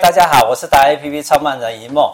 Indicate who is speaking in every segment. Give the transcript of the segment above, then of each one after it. Speaker 1: 大家好，我是达人 APP 创办人一梦。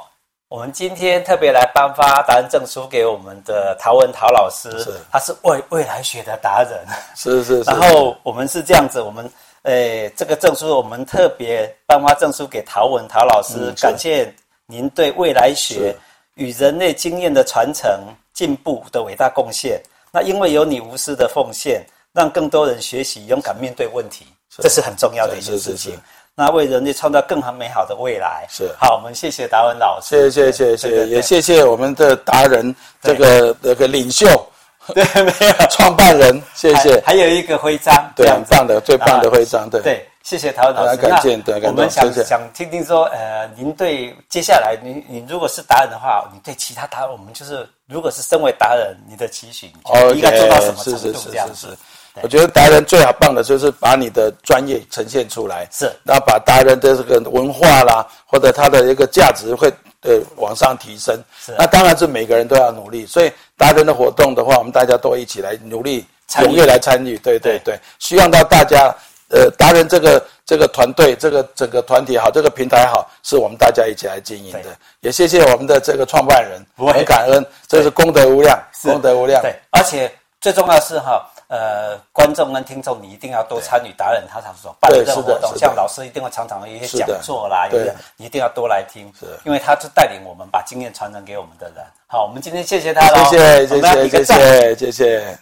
Speaker 1: 我们今天特别来颁发达人证书给我们的陶文陶老师
Speaker 2: 是，
Speaker 1: 他是未未来学的达人。
Speaker 2: 是是是。
Speaker 1: 然后我们是这样子，我们呃这个证书我们特别颁发证书给陶文陶老师，
Speaker 2: 嗯是
Speaker 1: 感谢您对未来学
Speaker 2: 是
Speaker 1: 与人类经验的传承进步的伟大贡献。那因为有你无私的奉献，让更多人学习勇敢面对问题，这是很重要的一件
Speaker 2: 是是
Speaker 1: 事
Speaker 2: 是
Speaker 1: 情。那为人类创造更美好的未来。
Speaker 2: 是
Speaker 1: 好，我们谢谢达文老师。
Speaker 2: 谢
Speaker 1: 对
Speaker 2: 谢谢谢谢
Speaker 1: 对
Speaker 2: 谢，
Speaker 1: 对
Speaker 2: 也谢谢我们的达人这个这个领袖
Speaker 1: 对，没有。
Speaker 2: 创办人，谢谢
Speaker 1: 还，还有一个徽章，
Speaker 2: 对
Speaker 1: 这样子
Speaker 2: 很棒的最棒的
Speaker 1: 啊
Speaker 2: 徽章对
Speaker 1: 对，谢谢陶文老师。
Speaker 2: 好感谢
Speaker 1: 那
Speaker 2: 对感动
Speaker 1: 我们想
Speaker 2: 谢谢
Speaker 1: 想听听说，呃，您对接下来，您您如果是达人的话，你对其他达人，我们就是如果是身为达人，你的期许，你觉得
Speaker 2: 哦 OK，
Speaker 1: 应该做到什么
Speaker 2: 是
Speaker 1: 程
Speaker 2: 哎是
Speaker 1: 度
Speaker 2: 是
Speaker 1: 这样
Speaker 2: 是
Speaker 1: 子
Speaker 2: 是？
Speaker 1: 对
Speaker 2: 我觉得达人最好棒的就是把你的专业呈现出来，
Speaker 1: 是
Speaker 2: 然后把达人的这个文化啦，或者他的一个价值会呃往上提升。
Speaker 1: 是
Speaker 2: 那当然是每个人都要努力，所以达人的活动的话，我们大家都一起来努力，
Speaker 1: 参与
Speaker 2: 踊跃来参与。对对
Speaker 1: 对
Speaker 2: 对，希望到大家呃达人这个这个团队，这个整个团体好，这个平台好，是我们大家一起来经营
Speaker 1: 对
Speaker 2: 的。也谢谢我们的这个创办人，
Speaker 1: 不会
Speaker 2: 很感恩，这是功德无量，
Speaker 1: 是
Speaker 2: 功德无量。
Speaker 1: 对，而且最重要的是哈，呃，观众跟听众你一定要多参与达人他常所办的
Speaker 2: 对
Speaker 1: 任何
Speaker 2: 是的
Speaker 1: 活动，
Speaker 2: 是的
Speaker 1: 像老师一定会常常有一些
Speaker 2: 是
Speaker 1: 讲
Speaker 2: 的
Speaker 1: 座啦，有
Speaker 2: 对
Speaker 1: 一些你一定要多来听，
Speaker 2: 是
Speaker 1: 因为他是带领我们把经验传承给我们的人。好，我们今天谢谢他喽，
Speaker 2: 谢谢
Speaker 1: 我
Speaker 2: 谢
Speaker 1: 们要比
Speaker 2: 谢
Speaker 1: 个
Speaker 2: 谢
Speaker 1: 赞
Speaker 2: 谢谢谢。